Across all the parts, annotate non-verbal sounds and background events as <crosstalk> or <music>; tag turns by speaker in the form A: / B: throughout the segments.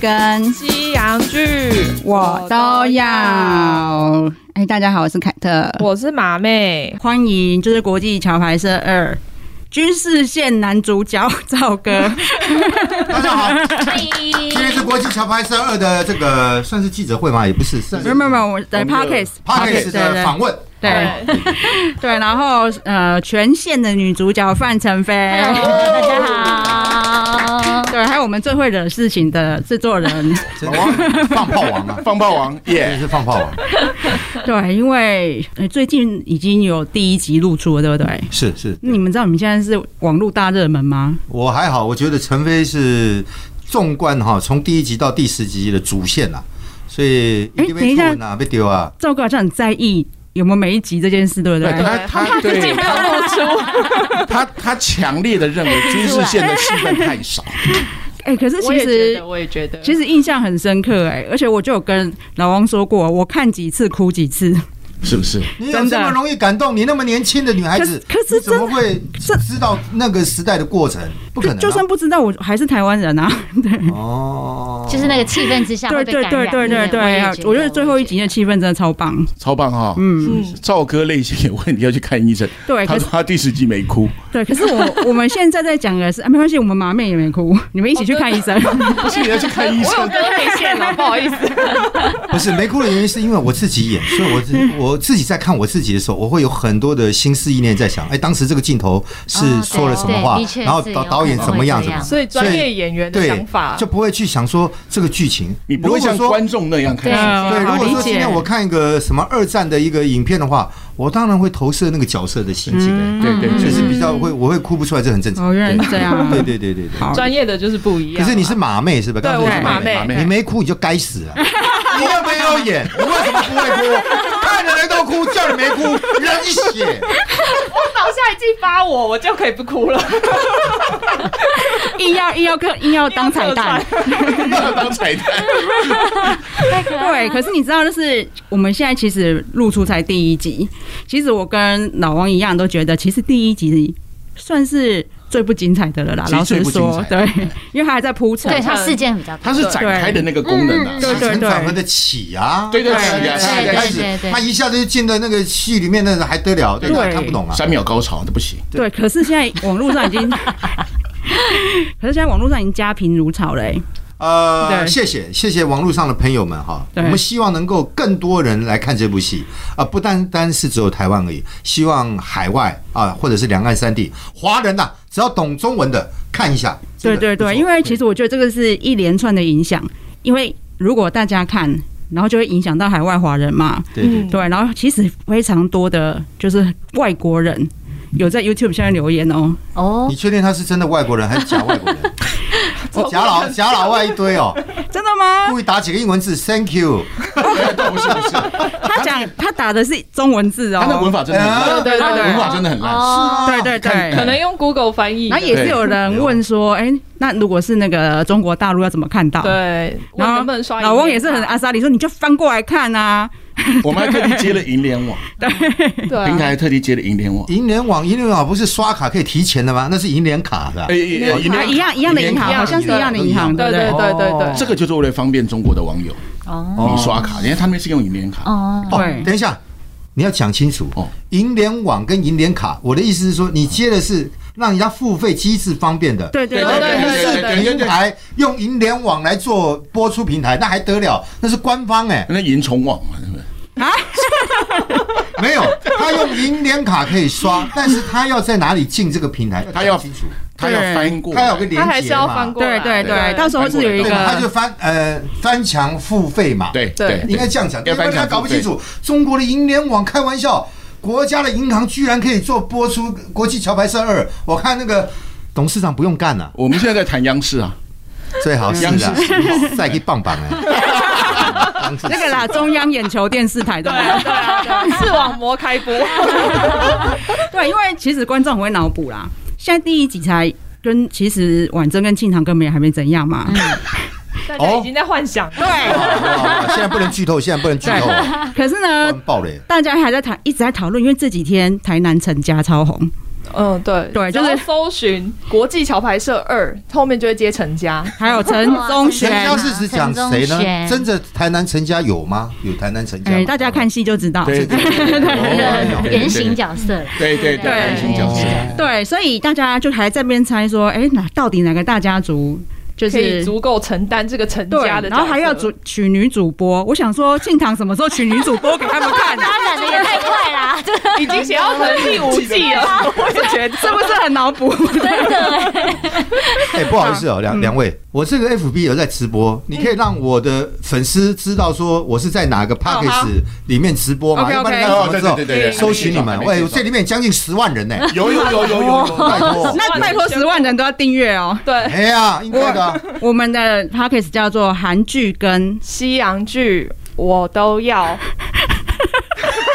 A: 跟
B: 西洋剧
A: 我都要。哎、大家好，我是凯特，
B: 我是马妹，
A: 欢迎就是国际桥牌社二军事线男主角赵 <laughs> 哥。
C: 大
A: <laughs>
C: 家好，今天是国际桥牌社二的这个算是记者会吗？也不是，算
A: 没
C: 是
A: 有没有没有，我在 Parkes
C: p a r k e 的访问。
A: 对对 <laughs> 对对，然后呃，全线的女主角范成飞。
B: 哎
D: 大家
B: <laughs>
D: 好，
A: 对，还有我们最会惹事情的制作 <laughs> 人，
C: 老王放炮
A: <laughs>
C: 王啊，
E: 放炮王
C: 真的
E: 耶！
C: 是放炮王，
A: 对，因为呃最近已经有第一集露出了，对不对？
C: 是是，
A: 那你们知道你们现在是网络大热门吗？
C: 我还好，我觉得陈飞是纵观哈，从第一集到第十集的主线啊，所以一定
A: 哎等一
C: 被
A: 下
C: 问啊，被丢啊，
A: 赵哥好像很在意有没有每一集这件事，对不对？
E: 他他
B: <laughs>
E: 对
B: 有露出，
E: 他他强烈的认为军事线的戏份太少，
A: 哎、可是
B: 我
A: 其
B: 也觉
A: 实
B: 得，我也觉得，
A: 其实印象很深刻哎、而且我就有跟老王说过，我看几次哭几次。
E: 是不是？
C: 你
A: 真的
C: 有这么容易感动？你那么年轻的女孩子，
A: 可可是
C: 你怎么会
A: 真
C: 知道那个时代的过程？不可能啊，
A: 就算不知道，我还是台湾人啊。
C: 哦，
D: 就是那个气氛之下
A: 对
D: 会被
A: 对
D: 感
A: 对
D: 染。
A: 对对对，啊我觉得最后一集的气氛真的超棒。
E: 超棒哈！
A: 嗯，
E: 赵哥内心有问题要去看医生，
A: 对，
E: 他
A: 可是
E: 说他第十集没哭，
A: 对，可是我我们现在在讲的是，啊、 <laughs> 没关系，我们马妹也没哭，你们一起去看医生。
E: 不是你要去看医
B: 我有
E: 生，
B: 割内线
A: <laughs>
B: 了，不好意思。
D: <laughs>
C: 不是没哭的原因，是因为我自己演，所以我自我自己在看我自己的时候，我会有很多的心思意念在想，哎，当时这个镜头是
D: 哦
C: 说了什么话
D: 对的，确
C: 然后
D: 是
C: 导
D: 有
C: 导演
D: 可能
C: 怎么样
D: 会
C: 怎
D: 这
C: 么
D: 样
B: 所以专业演员的想
C: 对
B: 法，
C: 就不会去想说这个剧情。
E: 你不会像啊
C: 如果说
E: 观众那样看
A: <laughs>
D: 对。
C: 对，
A: 好
C: 如
A: 哦
C: 果
A: 理
C: 说今
A: 解
C: 天。我看一个什么二战的一个影片的话，我当然会投射那个角色的心情，哎
D: 嗯
E: 对对
C: 就
E: 对，
C: 是比较会，我会哭不出来，这很正常。
A: 哦，原来是这
D: 啊
A: 样。
C: <laughs> 对对对对对。
A: 好，
B: 专业的就是不一样
C: 可
B: 啊。
C: 是你是马妹是吧？
B: 对，
C: 刚才
B: 我
C: 说
B: 是
A: 对
B: 马妹
E: 马，妹
C: 你没哭你就该死啊！你又没有演，你为什么不会哭？看着人都哭，叫你没哭，人血。
B: 倒下一季发我，我就可以不哭了。
A: 硬要硬要跟硬要 <laughs> 当彩蛋。
E: <laughs> 当彩蛋，
A: 对，可是你知道，就是我们现在其实露出才第一集，其实我跟老王一样，都觉得其实第一集算是最不精彩的了啦。
E: 其
A: 老
E: 实最
A: 实
E: 不精彩
A: 说，对，
E: <laughs>
A: 因为他还在铺陈
D: 对。他事件比较多，
E: 它是展开的那个功能啊，
A: 对对
C: 成长
A: 对
C: 了得起啊！
E: 对对对
C: 起啊
E: 对
C: 他
E: 对
C: 开始
D: 对对对
C: 他一下子就进到那个戏里面，那还得了？对吧？
A: 对
C: 看不懂啊！
E: 三秒高潮那不行。
A: 对，可是现在网络上已经， <laughs> 可是现在网络上已经家贫如潮了、欸。
C: 呃，
A: 对
C: 谢谢谢谢网络上的朋友们哈，我
A: 对
C: 们希望能够更多人来看这部戏啊、不单单是只有台湾而已，希望海外啊、或者是两岸三地华人呐、只要懂中文的看一下。
A: 对对对，因为其
C: 实
A: 实我觉得这个是一连串的影响，因为如果大家看，然后就会影响到海外华人嘛。
C: 对
E: 嗯
C: 对
A: 对，然后其实非常多的就是外国人有在 YouTube 下面留言哦，
D: 哦
C: 你，确定他是真的外国人还是假外国人？
D: <laughs>
C: 哦假老假老外一堆哦，
A: 真的吗？
C: 故意打几个英文字，Thank you。
E: 不是不是，
A: <laughs> 他讲他打的是中文字
E: 他那文
A: 哦，
E: 法真的很
C: 哎
E: 烂，
B: 对对
E: 文
B: 对，
E: 法真的很烂。
D: 哦，
A: 对对
B: 可
A: 对。
B: 能用 Google 翻译的。
A: 然后也是有人问说，哎，那如果是那个中国大陆要怎么看到？
B: 对，我
A: 然后
B: 能不能刷？啊
A: 老汪也是很阿莎里说，你就翻过来看啊。
E: 我们还特地接了银联网
B: 对啊
E: 平台，还特地接了银联网。
C: 银联网，银联网不是刷卡可以提钱的吗？那是银联卡的啊。
E: 哎，银
A: 啊，
E: 联
A: 一样一样的银
E: 银
A: 行，
E: 行
A: 好像是一样的银行，
B: 对
A: 对不
B: 对
A: 对？
B: 对对对，
E: 这个就是为了方便中国的网友，
D: 哦，
C: 哦
E: 你刷卡，因为他们是用银联卡。
D: 哦，
C: 哦
A: 对，
C: 等一下，你要讲清楚
E: 哦。
C: 银联网跟银联卡，我的意思是说，你接的是让人家付费机制方便的，
A: 对对
C: 而
A: 对
B: 对
C: 不
B: 对对对
C: 是平台用银联网来做播出平台，那还得了？那是官方哎，
E: 那银虫网嘛，对不对？
C: 没有，他用银联卡可以刷，但是他要在哪里进这个平台？
E: 他要
C: 讲清楚，
E: 他要翻过来，
C: 他有个连接
B: 他还是要翻
C: 嘛
B: 过来。
A: 对对对，
B: 对
A: 到时候是有一
C: 对嘛，他就
A: 个，
C: 翻呃翻墙付费嘛，
E: 对
B: 对
E: 对，
C: 应该这样讲，
E: 要
C: 要不
E: 翻
C: 然他
E: 墙
C: 搞不清
E: 付费。
C: 楚中国的银联网开玩笑，国家的银行居然可以做播出国际桥牌社二，我看那个董事长不用干了、
E: 我们现在在谈央视啊，
C: 最好是
E: 央
C: 啦
E: 视，
C: 再去棒 <laughs> 棒哎，央视
A: 那个啦，中央眼球电视台的
B: 对。啊对啊对
A: <laughs>
B: 啊，视网膜开播。哦
A: 对，因为其实观众很会脑补啦。现在第一集才跟其实婉珍跟庆堂根本也还没怎样嘛。
B: 大家已经在幻想，
C: 好
A: 对，
C: 好好好现在不能剧透，现在不能剧透啊，
A: 可是
C: 不
A: 呢
C: 能，爆雷
A: 大家还在谈，一直在讨论，因为这几天台南陈家超红，
B: 嗯，对
A: 对
B: 只
A: 就是
B: 要搜寻国际桥牌社二，后面就会接陈家。
A: 还有陈
E: <laughs>
A: 宗轩。
C: 陈家是指讲谁
D: 陈宗
C: 呢？
D: 玄
C: 真的台南陈家有吗？有台南陈家吗？
A: 哎，大家看戏就知道。
E: 对对对
D: 那个哦原型角 <laughs> 色啦，
E: 对对对，人形角色，
A: <laughs> 对，所以大家就还在那边猜说，哎，哪到底哪个大家族就
B: 可以
A: 是
B: 足够承担这个陈
A: 对，
B: 家的角
A: 然
B: 色，
A: 后还要主娶女主播。我想说，庆堂什么时候娶女主播给他们
B: <laughs>
A: 看啊？
D: 发展的也太快 <laughs> 啦，
B: <laughs> 已经写到成第五季了， <laughs> 我也觉得
A: 是不是很脑补？
B: <laughs>
D: 真的哎，
C: 哎，不好意思哦，两两位，我这个 FB 有在直播，你可以让我的粉丝知道说我是在哪个 p a c k
B: 哦
C: a
B: 好
C: g e 里面直播嘛，
A: OK，OK
C: 要不然大家怎么知道？
E: 哦对对对对对
C: 搜寻你们，
E: 还没介绍还没
C: 喂，
E: 介
C: 我
E: 绍
C: 这里面将近十万人呢，
E: 有有有有
C: 拜
E: 有，
C: 托，
A: 那拜托十万人都要订阅哦。
B: 对
C: 哎呀，应该的啊，
A: 我们的 podcast 叫做韩剧跟
B: 西洋剧我都要，
C: 你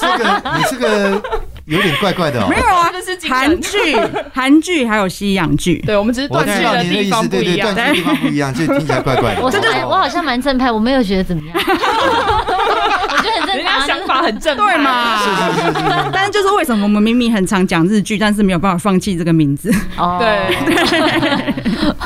C: 这个你这个有点怪怪的哦
A: 没。有啊
B: 这是，精神
A: 韩剧、韩剧还有西洋剧。
B: 对我们只是
C: 我
B: 断
C: 知
B: 句
C: 道
B: 的
C: 你的
B: 地
C: 意思，
B: 方不
C: 对
B: 一
C: 对，断
B: 样。
C: 句地方不一样，就听起来怪怪的。
D: 我是
C: 哦
D: 我好像蛮正派，我没有觉得怎么样， <laughs> 我觉得很正
B: 人家
D: 常
B: 想
D: 啊。
B: 法很正派
A: 对？嘛？但是就是为什么我们明明很常讲日剧，但是没有办法放弃这个名字？
D: 哦
B: 对，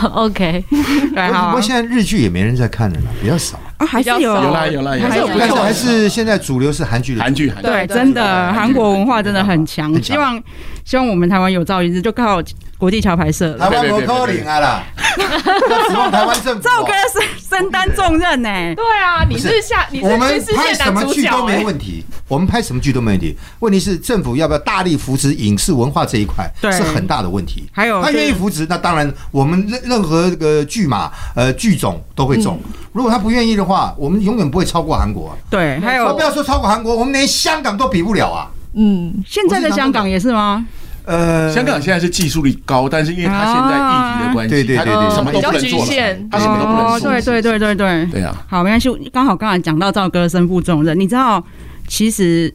D: <laughs> ，OK，
A: <laughs> 对，
C: 不
A: 好
C: 过现在日剧也没人在看了啦，比较少。
A: 啊，还是有
E: 有啦有啦有啦，
A: 还是有不
C: 但是
A: 错
C: 还是现在主流是韩剧的
E: 韩剧韩剧，
A: 对，
B: 对
A: 真
B: 对
A: 的
E: 对
A: 韩国文化真的很强，
C: 很强
A: 希望希望我们台湾有朝一日就靠国际桥牌社了。
C: 台湾不可能啊啦，那指望台湾政府
A: 赵
C: 哦
A: 哥。是身担重任呢、
B: 对啊，你
C: 不是
B: 是下你是
C: 我
B: 军
C: 们
B: 事
C: 拍
B: 界
C: 什
B: 男
C: 么
B: 主
C: 剧
B: 角
C: 都没
A: 欸
B: 哎，
C: 问题，我们拍什么剧都没问题。问题是政府要不要大力扶持影视文化这一块，
A: 对哦
C: 是很大的问题。
A: 还有
C: 他愿意扶持，那当然我们任任何这个剧码呃剧种都会
A: 嗯
C: 中。如果他不愿意的话，我们永远不会超过韩国啊。
A: 对，还
C: 啊
A: 有
C: 不要说超过韩国，我们连香港都比不了啊。
B: 嗯，
A: 现在的香港也是吗？
C: 呃，
E: 香港现在是技术力高，但是因为它现在疫情的关系，
C: 对对对对
E: 它
C: 对
E: 什么都不能
B: 比较
E: 做
B: 局限
E: 了，它什么都不能
A: 哦，
E: 做。
A: 对对对对对。
E: 对啊，
A: 好，没关系。刚好刚才讲到赵哥身负重任，你知道，其实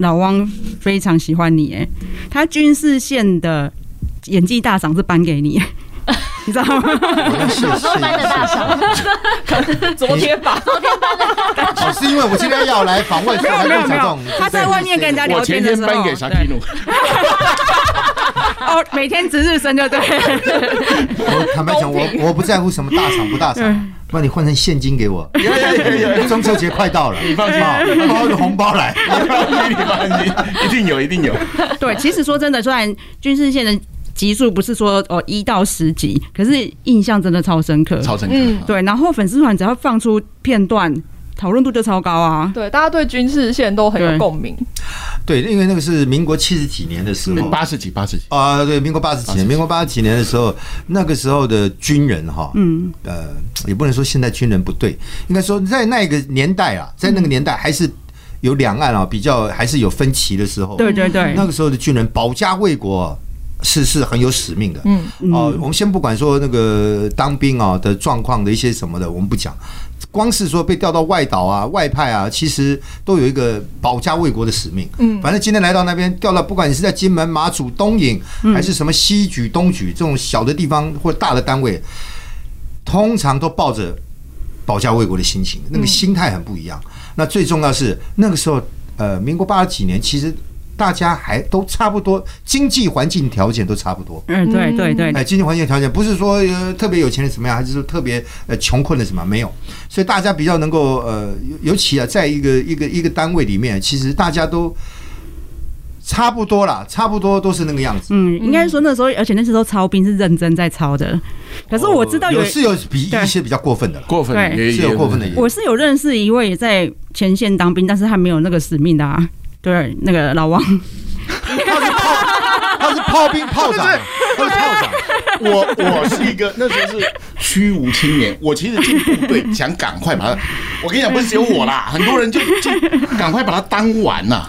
A: 老汪非常喜欢你，哎，他军事线的演技大赏是颁给你， <laughs> 你知道吗？ <laughs>
C: 我谢谢。
D: 都班的大赏，
B: <laughs> 昨天吧，
C: 哦，是因为我今天要来访问，
A: 没
C: 没
A: 有没有没有，他在外面跟人家聊
E: 我前
A: 天的
E: 天
A: 时
E: 颁
A: 候，
E: 给小皮
A: 对
E: 努，
A: 哦，每天值日生就对。 <laughs>
C: 我 <laughs> 坦白讲，我我不在乎什么大赏不大赏，不然你换成现金给我。 <laughs> 中秋节快到了，你
E: 放心
C: 包个红包来。
E: 你放心，一定有一定有。
A: 对，其实说真的，虽然军事线的集数不是说哦一到十集，可是印象真的超深刻。
E: 超成
B: 嗯
E: 功，
A: 对，然后粉丝团只要放出片段，讨论度就超高啊。
B: 对，大家对军事线都很有
A: 对
B: 共鸣。
C: 对，因为那个是民国七十几年的时候。
E: 八十几八十几，
C: 啊、对，民国八十几年，民国八十几年的时候，那个时候的军人哈，嗯，呃，也不能说现在军人不对，应该说在那个年代啊，在那个年代还是有两岸啊比较还是有分歧的时候，
A: 对对对，
C: 那个时候的军人保家卫国是是很有使命的。
B: 嗯
C: 哦、我们先不管说那个当兵啊的状况的一些什么的，我们不讲。光是说被调到外岛啊、外派啊，其实都有一个保家卫国的使命。嗯，反正今天来到那边调到，不管你是在金门、马祖、东引，还是什么西举、东举这种小的地方或大的单位，通常都抱着保家卫国的心情，那
A: 嗯
C: 个心态很不一样。那最重要是那个时候，呃，民国八十几年，其实大家还都差不多，经济环境条件都差不多。
A: 嗯，对对对，
C: 哎，经济环境条件不是说呃特别有钱人怎么样，还是说特别呃穷困的什么没有，所以大家比较能够呃，尤尤其啊，在一个一个一个单位里面，其实大家都差不多啦，差不多都是那个样子。
A: 嗯，应该说那时候，而且那时候操兵是认真在操的。可是我知
E: 哦
A: 道有，
C: 有是有比一些比较过
A: <laughs>
C: 分的啦，
E: 过分
A: 对
E: 也
C: 是有过分的也有
A: 我是有认识一位也在前线当兵，但是他没有那个使命的啊。对，那个老王，
C: 他是炮，他是炮兵炮长，啊他是炮长。
E: 我我是一个 <laughs> 那时候是虚无青年，我其实进部队 <laughs> 想赶快把它，我跟你讲不是只有我 <laughs> 啦，很多人就就赶快把它当完呐、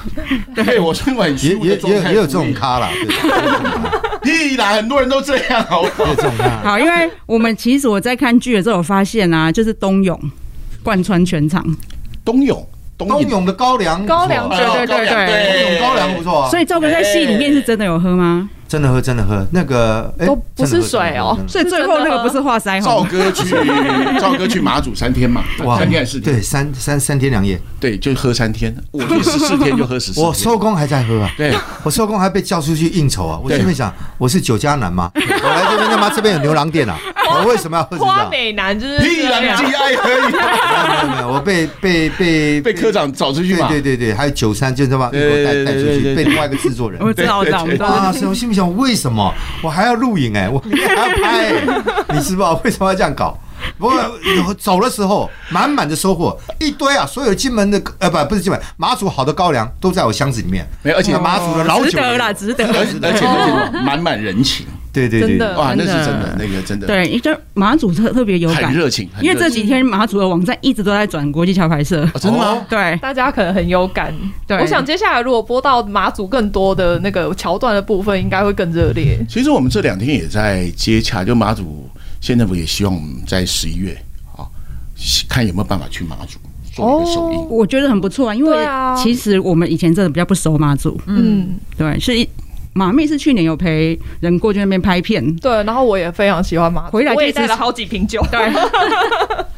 E: 对我是一个很
C: 也
E: 虚无
C: 也
E: 的
C: 也
E: 状
C: 有
E: 态
C: 也有这种咖啦，对
E: 屁啦，很多人都这样，好不好
C: <laughs> 也有这种
A: <laughs>
C: 咖。
A: 好，因为我们其实我在看剧的时候，我发现啊，就是冬泳贯穿全场，
E: 冬泳，
C: 冬
E: 泳，
C: 泳的高粱不错啊，
B: 高粱
E: 啊
A: 对对对
E: 高
A: 对
E: 粱哦
C: 冬泳高粱不错啊，
A: 所以赵哥在戏里面是真的有喝吗？
C: 真的喝，真的喝，那个哎
B: 都不是水哦
C: 真
A: 所以
C: 的喝真的喝真的
A: 最后那个不是画腮
E: 赵
A: 红，
C: <laughs>
E: 哥去赵哥去马祖三天嘛，
C: 喝哇，
E: 三天还是四天？
C: 对，三三三天两夜，
E: 对，就喝三天，我去十四天就喝十四天。
C: 我收工还在喝啊，
E: <laughs> 对，
C: 我收工还被叫出去应酬啊，我
E: 对
C: 心里想，我是酒家男吗？我来这边他妈这边有牛郎店啊，我为什么要喝成这
B: 花
C: 样？
B: 美男就是
E: 必
B: 这
E: 然
B: 样，
E: G I 可以
C: 没有没有，我被被被
E: <laughs> 被科长找出去
C: 对
E: 嘛？
C: 对对对，还有九三就这么一口带带出去，被另外一个制作人。
A: 我知道，我知道，我知道
C: 啊，。所以我心里想，为什么我还要录影？哎，我明天还要拍、哎，你知不知道为什么要这样搞？不过有走的时候，满满的收获，一堆啊！所有金门的呃，不不是金门，马祖好的高粱都在我箱子里面。
E: 没有而且
C: 那马祖的老
A: 值
C: 酒也有，
A: 得啦，值得。
E: <laughs> 而且而且那个满满人情，
C: 对对对
B: 真的
E: 哇，那是真的
A: 真，的
E: 那个真的，
A: 对，因为马祖特特别有
E: 很
A: 感，
E: 热情，很
A: 因为这
E: 热情
A: 几天马祖的网站一直都在转国际桥牌社。
E: 哦真的吗？
A: 对
B: 大家可能很有感。
A: 对，
B: 我想接下来如果播到马祖更多的那个桥段的部分，应该会更热烈。
E: 其实我们这两天也在接洽，就马祖县政府也希望我们在十一月啊，看有没有办法去马祖做一个首
B: 哦
E: 映。
A: 我觉得很不错啊，因为
B: 对啊
A: 其实我们以前真的比较不熟马祖，
B: 嗯，
A: 对，是一马妹是去年有陪人过去那边拍片，
B: 对。然后我也非常喜欢马祖，
A: 回来就
B: 我也带
A: 吃
B: 了好几瓶酒。
E: <laughs>
B: 对，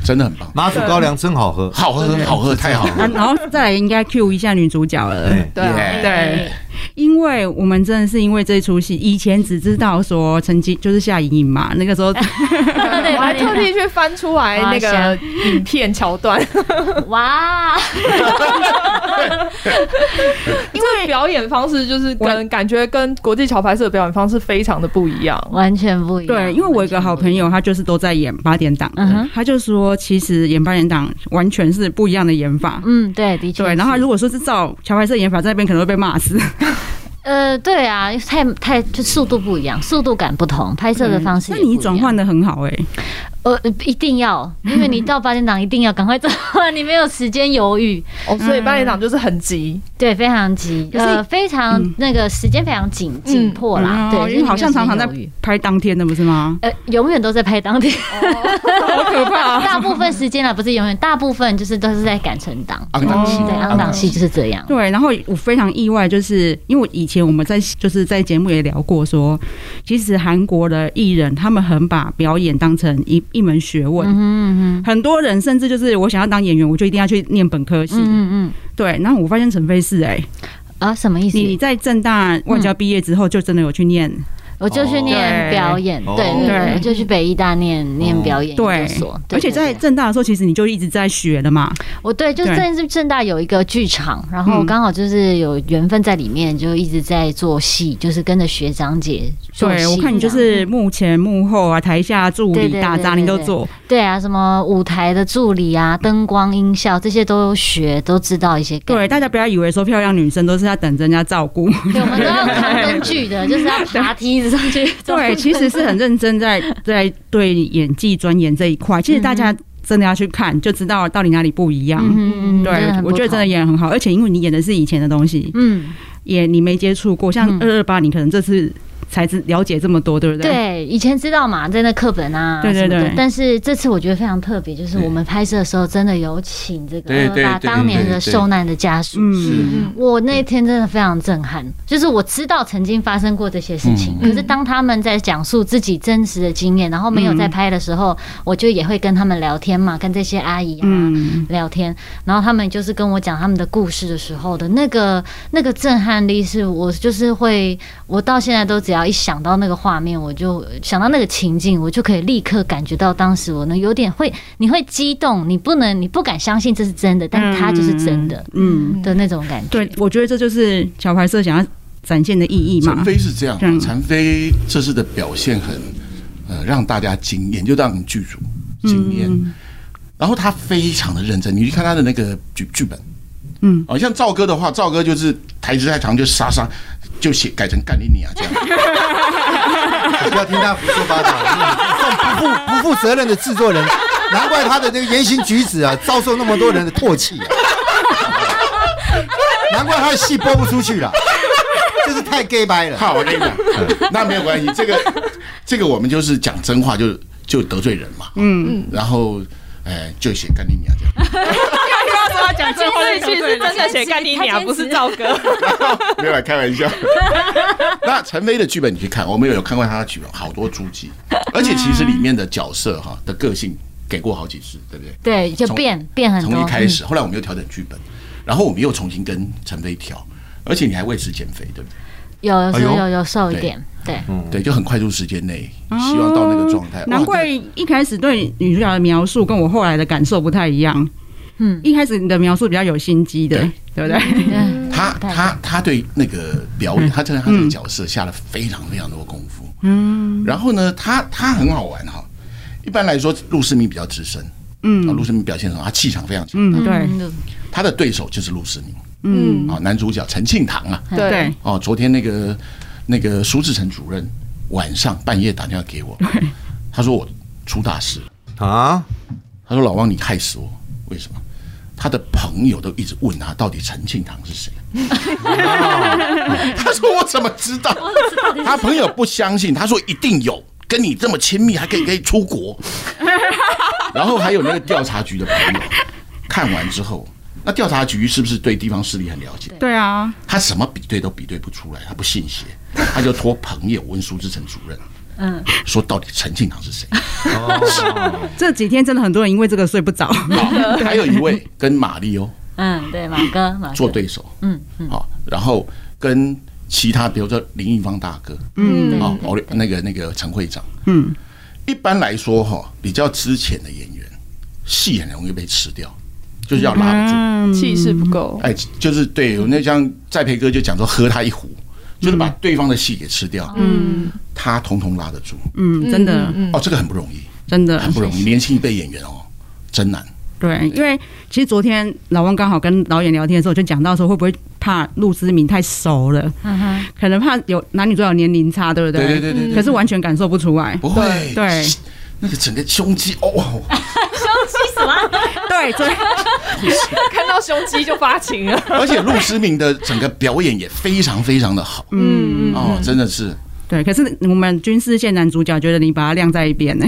E: 真的很棒，
C: 马祖高粱真好喝。
E: 好喝好喝，太好喝
A: 然 <laughs>
E: 了，
A: 然后再来应该 Q 一下女主角了。
C: 哎，
B: 对啊
E: 耶
A: 对，因为我们真的是因为这出戏，以前只知道说曾经就是夏莹莹嘛，那个时候
D: 哎对，
B: 我还特地去翻出来那个影片桥段，
D: 哇，
B: <laughs> 因为表演方式就是跟感觉跟国际桥牌社的表演方式非常的不一样。
D: 完全不一样。
A: 对，因为我有一个好朋友，他就是都在演八点档，
D: 嗯哼
A: 他就说其实演八点档完全是不一样的演法。
D: 嗯，对，的确是。
A: 对，然后他如果说是照乔白色演法，在那边可能会被骂死。
D: 呃，对啊，太太就速度不一样，速度感不同，拍摄的方式。
A: 嗯 <laughs> 那你转换，的很好哎、
D: 呃，一定要，因为你到八点档一定要赶快转换， <laughs> 你没有时间犹豫。
B: 哦，所以八点档就是很急，
D: 对，非常急，
A: 是
D: 呃，非常
A: 嗯
D: 那个时间非常紧紧迫啦。
A: 嗯
D: 对，
A: 因为好像常常在
D: 就是你没有时间犹豫
A: 拍当天的不是吗？
D: 呃，永远都在
A: <laughs>
D: 拍当天，
A: 好可
B: <laughs>
A: 怕、
D: 大部分时间啦，不是永远，大部分就是都是在赶成档。
A: 哦
E: 昂档戏，
D: 对，昂档戏就是这样。
A: 对，然后我非常意外，就是因为我以前我们在就是在节目也聊过说其实韩国的艺人他们很把表演当成一一门学问，
D: 嗯嗯
A: 很多人甚至就是我想要当演员，我就一定要去念本科系。
D: 嗯嗯
A: 对，然后我发现陈飞是哎、
D: 嗯，啊，什么意思？
A: 你在正大外交毕业之后，就真的有去念，
D: 嗯我就去念表演，
C: 哦
D: 对
C: 对
D: 对，我就去北医大念念表演
A: 哦对
D: 研究所，，对
A: 而且在
D: 对对
A: 正大的时候，其实你就一直在学了嘛。
D: 我对，就是
A: 对
D: 正是正大有一个剧场，然后
A: 嗯
D: 刚好就是有缘分在里面，就一直在做戏，就是跟着学长姐做戏。
A: 对，我看你就
D: 这样
A: 是幕前幕后啊，台下助
D: 啊对
A: 理、
D: 对
A: 打
D: 对
A: 杂
D: 对
A: 你都
D: 对
A: 做，
D: 对啊，什么舞台的助理啊、灯光、音效这些都学，都知道一些概
A: 对，
D: 念。
A: 大家不要以为说漂亮女生都是要等着人家照顾，
D: 对，我们都要扛灯具的，就是要爬梯子上去。
A: <laughs> 对，其
D: <laughs>
A: 实是很认真 <laughs> 在在对演技钻研这一块。其实大家真的要去看，就知道到底哪里不一样。
D: 嗯，嗯嗯，
A: 对，我觉得真的
D: 也，
A: 演得很好，而且因为你演的是以前的东西，
D: 嗯，
A: 也你没接触过，像
D: 嗯
A: 二二八，你可能这次才知了解这么多，对不对？
D: 对，以前知道嘛，在那课本啊，
A: 对对
D: 什么的
A: 对
D: 但是这次我觉得非常特别，就是我们拍摄的时候真的有请这个
E: 对对
D: 二
E: 对
D: 当年的
E: 对对
D: 受难的家属。
A: 嗯，
B: 嗯，
D: 我那天真的非常震撼，就是我知道曾经发生过这些事情，
B: 嗯
D: 可是当他们在讲述自己真实的经验，然后没有在拍的时候，我就也会跟他们聊天嘛，跟这些阿姨啊。
A: 嗯，
D: 聊天，然后他们就是跟我讲他们的故事的时候的那个那个震撼力，是我就是会，我到现在都只要一想到那个画面，我就想到那个情境，我就可以立刻感觉到当时我呢有点会，你会激动，你不能你不敢相信这是真的，但它就是真的、
A: 嗯，
D: 的那种感觉。
A: 对，我觉得这就是桥牌社想要展现的意义嘛
E: 陈。飞是这样
A: 嗯，
E: 陈飞这次的表现很呃让大家惊艳，就让剧组惊艳。
A: 嗯
E: 然后他非常的认真，你去看他的那个剧剧本，
A: 嗯，
E: 哦，像赵哥的话，赵哥就是台词太长就杀杀，就写改成干你你啊这样，
C: 不要听他胡说八道， <laughs> 这种不负不负责任的制作人，难怪他的那个言行举止啊，遭受那么多人的唾弃啊，难怪他的戏播不出去了，这是太 gay 掰了。
E: <laughs> 好，我跟你讲， <laughs> 那没有关系，这个这个我们就是讲真话就，就得罪人嘛。嗯，然后哎、呃就写干你娘这样。
B: 太夸张他讲这话的
D: 他
B: 去
D: 坚
B: <laughs>
D: 持
B: 是真的写干你
D: 他
B: 俩，
D: 坚持
B: 不是赵哥。
E: <laughs> 没有来开玩笑。那陈飞的剧本你去看，我们有看过他的剧本，好多足迹，而且其实里面的角色哈的个性给过好几次，对不对？
D: 对，就
E: 从
D: 变变很多。
E: 从一开哎始，后来我们又调整剧本，然后我们又重新跟陈飞调，而且你还为此减肥，对不对？
D: 嗯有有
C: 哎呦
D: 有有有瘦一点，对，
E: 对，就很快速时间内，希望到那个状态。哇
A: 难怪一开始对女主角的描述跟我后来的感受不太一样。
D: 嗯，
A: 一开始你的描述比较有心机的，对不
D: <laughs>
A: 对？
D: 对
E: 他
D: 对
E: 他他对那个表演，他真的他这个角色下了非常非常多功夫。嗯，然后呢，他他很好玩哈。一般来说，陆世明比较资深，嗯，陆世明表现很好，他气场非常强。
A: 嗯，对，
D: 嗯
E: 他的对手就是陆世明
B: 嗯，
E: 啊，男主角陈庆堂啊，
A: 对，
E: 哦，昨天那个那个苏志成主任晚上半夜打电话给我，他说我出大事了，
C: 啊，
E: 他说老汪你害死我，为什么？他的朋友都一直问他到底陈庆堂是谁，他说我怎么知道？他朋友不相信，他说一定有跟你这么亲密，还 <laughs> 可以可以出国。然后还有那个调查局的朋友，看完之后，那调查局是不是对地方势力很了解？
A: 对啊，
E: 他什么比对都比对不出来，他不信邪，他就托朋友问苏志成主任，嗯，说到底陈庆堂是 <laughs> 谁？
A: 这几天真的很多人因为这个睡不着。
E: 好，还有一位跟马丽哦
D: 嗯，对，马哥，马哥
E: 做，对手，
D: 嗯
E: 好，然后跟其他比如说林一芳大哥，
D: 嗯，对
E: 啊，
D: 对
E: 哦，那个那个陈会长，嗯，一般来说哈，比较之前的演员戏很容易被吃掉，就是要拉不住，
D: 嗯
B: 气势不够。
E: 哎，就是对，有那像在培哥就讲说喝他一壶，就是把
D: 嗯
E: 对方的戏给吃掉，嗯，他统统拉得住，
A: <laughs> 嗯，真的，
E: 哦，这个很不容易，
A: 真的
E: 很，不容易，年轻一辈演员哦，真难。
A: 对，因为其实昨天老汪刚好跟导演聊天的时候，就讲到说会不会怕陆之明太熟了，
D: 嗯哼，
A: 可能怕有男女主角有年龄差，对不对？
E: 对对对对对
A: 可是完全感受不出来。
E: 不会， <laughs>
A: 对
E: 那个整个胸肌哦，
A: 对，所以
B: 看到胸肌就发情了。
E: <laughs> 而且陆思明的整个表演也非常非常的好，嗯，哦，真的是，
A: 对，可是我们军事线男主角觉得你把他晾在一边呢、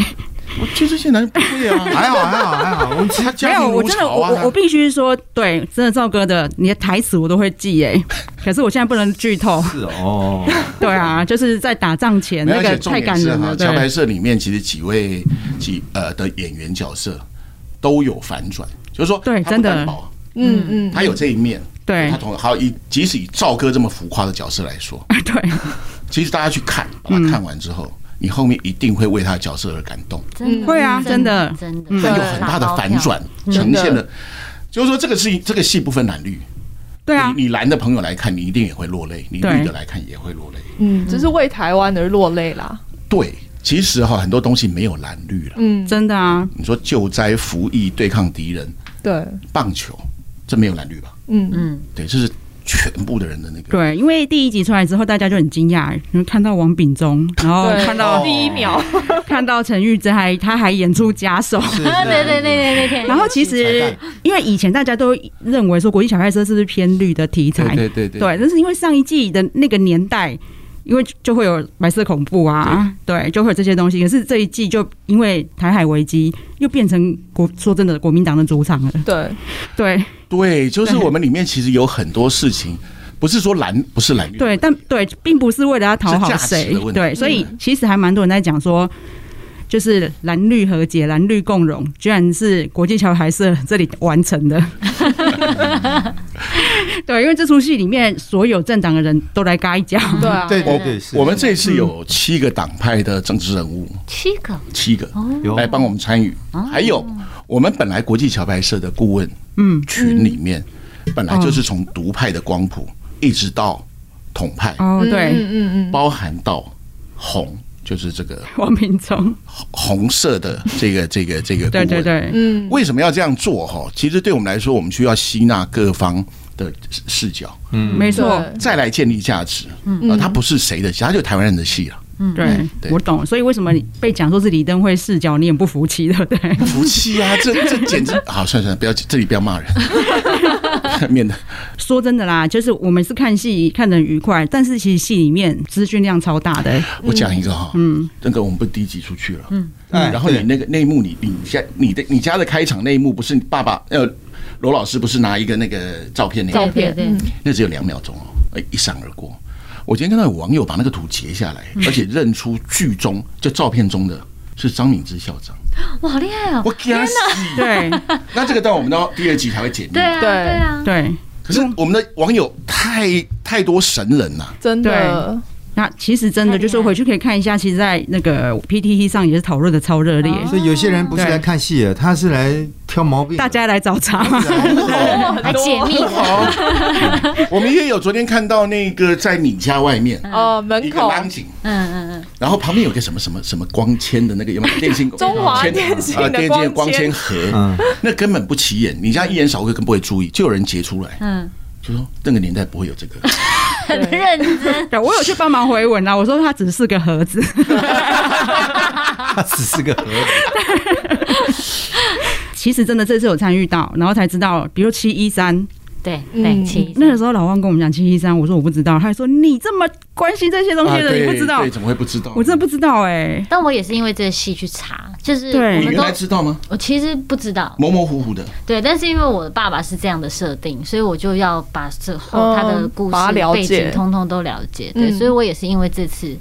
E: 我就是现在不会
A: <laughs>
E: 啊，
C: 还好还好还好，我们
E: 他
A: 没有，
E: 家庭
A: 我
E: 如
A: 真的
E: 潮
A: 我
E: 啊
A: 我我，必须说，对，真的赵哥的你的台词我都会记
E: <laughs>
A: 哎、可是我现在不能剧透。
C: 是哦，
A: 对啊，就是在打仗前
E: 没有
A: 那
E: 而
A: 个
E: 且重
A: 太
E: 点
A: 感
E: 是
A: 人
E: 哈，
A: 了，
E: 桥牌
A: 对，
E: 社里面其实几位几呃的演员角色都有反转，就是说
A: 对
E: 他不
A: 真的
E: 担保
B: 嗯嗯，
E: 他有这一面，
A: 对
E: 他同还有以即使以赵哥这么浮夸的角色来说，
A: <laughs> 对，
E: 其实大家去看，把
A: 嗯
E: 它看完之后，你后面一定会为他的角色而感动，
D: 真的
A: 会啊真的
D: 真的，
A: 嗯
E: 它有很大的反转，呈现了。就是说，这个事情，这个戏不分蓝绿，
A: 对啊，
E: 你你蓝的朋友来看，你一定也会落泪；你
A: 对
E: 绿的来看也会落泪。
B: 嗯，只是为台湾而落泪啦。
E: 对，其实哈，很多东西没有蓝绿了。
B: 嗯，
A: 真的啊，
E: 你说救灾、服役、对抗敌人、
B: 对，
E: 棒球，这没有蓝绿吧？
B: 嗯
D: 嗯，
E: 对，这是全部的人的那个。
A: 对，因为第一集出来之后，大家就很惊讶，因为看到王炳忠，然后
B: 对
A: 看
E: 哦
A: 到
B: 第一秒，
A: 看到陈玉珍还他还演出假手， <laughs>
C: 是
D: 啊，对对对对对
E: 哎
D: 对，
A: 然后其实 <laughs> 因为以前大家都认为说国际小派车是不是偏绿的题材，
E: 对对对
A: 对，但是因为上一季的那个年代，因为就会有白色恐怖啊，对，就会有这些东西。可是这一季就因为台海危机，又变成国说真的国民党的主场了。
B: 对，
A: 对
E: 对，就是我们里面其实有很多事情，不是说蓝不是蓝绿的
A: 对，
E: 问题，
A: 但对，并不是为了要讨好
E: 是价值
A: 谁
E: 的问，题
A: 对，所
B: 嗯
A: 以其实还蛮多人在讲说。就是蓝绿和解、蓝绿共荣，居然是国际桥牌社这里完成的。 <laughs> 对，因为这出戏里面所有政党的人都来嘎一脚，
B: 对啊，
C: 对对对，是
E: 我们这次
A: 嗯
E: 有七个党派的政治人物，
D: 七个，
E: 七个
A: 哦
C: 有
E: 来帮我们参与，还有我们本来国际桥牌社的顾问
A: 嗯
E: 群里面，本来就是从独派的光谱一直到统派，
A: 哦，对，
B: 嗯嗯嗯，
E: 包含到红，就是这个
A: <laughs> 王明忠，
E: 红色的这个这个这个顾
A: 对
E: 问。
A: 对对，
E: 为什么要这样做？哈，其实对我们来说，我们需要吸纳各方的视视角，
A: 没错，
E: 再来建立价值。嗯，它不是谁的戏，它就台湾人的
A: <laughs>
E: 戏了。
A: 对
E: 对，
A: 我懂。所以为什么你被讲说是李登辉视角，你也不服气，对不对？ <laughs> <laughs>
E: 福气啊，这这简直好，算了算了，不要这里不要骂人。 <laughs> 面的
A: 说真的啦，就是我们是看戏看得很愉快，但是其实戏里面资讯量超大的、 <laughs>
E: 我讲一个哈，嗯，那个我们不是第一集出去了，嗯，
C: 哎
E: 然后你
C: 对
E: 那个那一幕你，你家你的你家的开场那一幕，不是你爸爸呃罗老师不是拿一个那个照片那个，嗯
D: 对对对，
E: 那只有两秒钟哦，哎一闪而过。我今天看到有网友把那个图截下来，而且认出剧中就照片中的是张敏之校长，
D: 哇，好厉害哦！
E: 我给他死。
A: 对
E: 那这个到我们到第二集才会解密
D: 对，啊，
B: 对
D: 对啊，
A: 对，
E: 可是我们的网友太太多神人 <laughs> 了，
B: 真的，
A: 那其实真的就是回去可以看一下，其实，在那个 PTT 上也是讨论的超热烈，
C: 所以有些人不是来看戏的，他是来挑毛病的。
A: <laughs> 大家来找茬嘛。
E: 啊
B: 哦很
D: 来
B: 多
D: 解密
E: 好，我们也有昨天看到那个在你家外面
B: 哦，门
E: 一个
B: 口
E: 拉景，
D: 嗯嗯嗯，
E: 然后旁边有个什么什么什么光纤的那个有没有电信
B: 中华电信的
E: 啊电
B: 光纤
E: 信的光纤盒，
C: 嗯
E: 那根本不起眼，你这样一眼扫过根本不会注意，就有人截出来，
D: 嗯，
E: 就说那个年代不会有这个，
D: 很认
A: <laughs>
D: 真，
A: 对，我有去帮忙回文啊啦，我说它只是个盒子，
C: 他只是 <laughs> 个盒子，
A: 其实真的这次有参与到，然后才知道，比如七一三，
D: 对
B: 嗯
D: 对，其
A: 那个时候老汪跟我们讲七一三，我说我不知道，他还说你这么关心这些东西的，你
E: 啊对
A: 不知道
E: 对，，怎么会不知道？
A: 我真的不知道哎、
D: 但我也是因为这个戏去查，就是
A: 对
D: 我
E: 你
D: 们
E: 原
D: 都啊
E: 来知道吗？
D: 我其实不知道，
E: 模模糊糊的，
D: 对，但是因为我的爸爸是这样的设定，所以我就要把之后他的
B: 嗯
D: 故
B: 把它
D: 事
B: 了
D: 背
B: 解
D: 景通通都了解，对，
B: 嗯
D: 所以我也是因为这次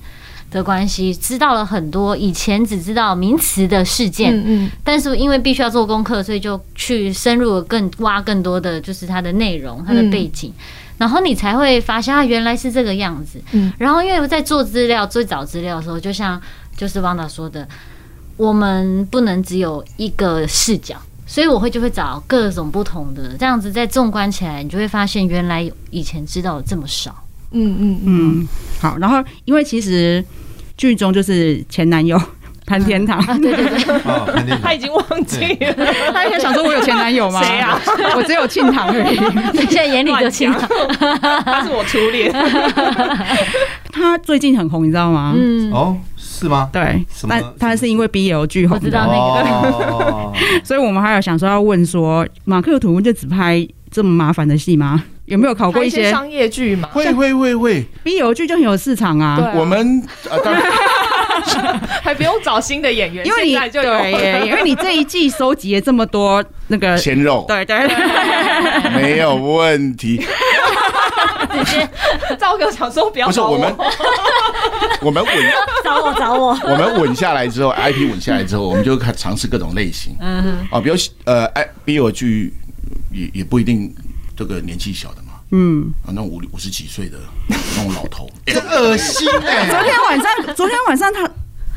D: 的关系，知道了很多以前只知道名词的事件，
B: 嗯嗯，
D: 但是因为必须要做功课，所以就去深入地更挖更多的就是它的内容、它的背景，然后你才会发现它啊原来是这个样子。
B: 嗯，
D: 然后因为我在做资料、最早资料的时候，就像就是汪导说的，我们不能只有一个视角。所以我会就会找各种不同的，这样子再纵观起来，你就会发现原来以前知道的这么少。
B: 嗯嗯嗯，
A: 嗯，好，然后因为其实剧中就是前男友 <laughs> 潘天堂，
D: 对对对，
C: 啊，肯定
B: 他已经忘记了，
A: <laughs> 他应该想说我有前男友吗？
B: 谁啊？
A: <laughs> 我只有庆堂而已。
D: <laughs> 现在眼里就
B: 乱
D: 清
B: 讲 <laughs>
D: 了。，
B: 他是我初恋，
A: 他最近很红，你知道吗？
D: 嗯，
C: 哦，是吗？
A: 对
C: 什，么
A: 但他是因为 BL 剧红
D: 我知
A: 的，
D: 道
C: <laughs> 哦，
A: 所以我们还有想说要问说，马克吐温就只拍这么麻烦的戏吗？有没有考过
B: 拍
A: 一
B: 一些
A: 些
B: 商业剧嘛，
E: 会会会会，
A: BL 剧就很有市场
B: 对
A: 啊？
B: 啊
E: 我们啊，当然
B: 还不用找新的演员，
A: 因为你
B: 现在就有
A: 对耶，因为你这一季收集了这么多那个，
E: 鲜肉
A: 对对，
E: 没有问题，
B: 赵哥想说不要
E: 不是
B: 找
E: 我们， <laughs> 我们稳
D: 找我找我，
E: <laughs> 我们稳下来之后，IP 稳下来之后，我们就开尝试各种类型。嗯，啊，比如呃，哎，BL 剧也也不一定这个年纪小的嘛，
A: 嗯。
E: 啊，那种五五十几岁的那种老头，
C: 这恶心
A: 昨
C: 哎！
A: 天晚
B: <laughs>
A: 上，昨天晚上他